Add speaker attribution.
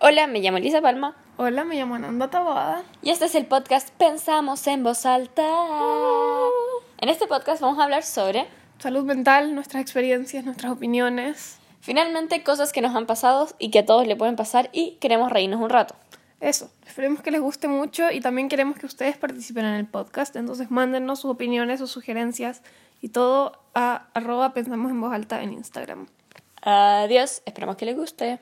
Speaker 1: Hola, me llamo Elisa Palma
Speaker 2: Hola, me llamo Ananda Tabada.
Speaker 1: y este es el podcast Pensamos en Voz Alta. En este podcast vamos a hablar sobre,
Speaker 2: Salud mental, nuestras experiencias, nuestras opiniones.
Speaker 1: finalmente, cosas que nos han pasado y que a todos le pueden pasar y queremos reírnos un rato.
Speaker 2: Eso, esperemos que les guste mucho y también queremos que ustedes participen en el podcast. Entonces mándennos sus opiniones, sus sugerencias y todo a arroba pensamos en voz alta en Instagram.
Speaker 1: Adiós, esperamos que les guste.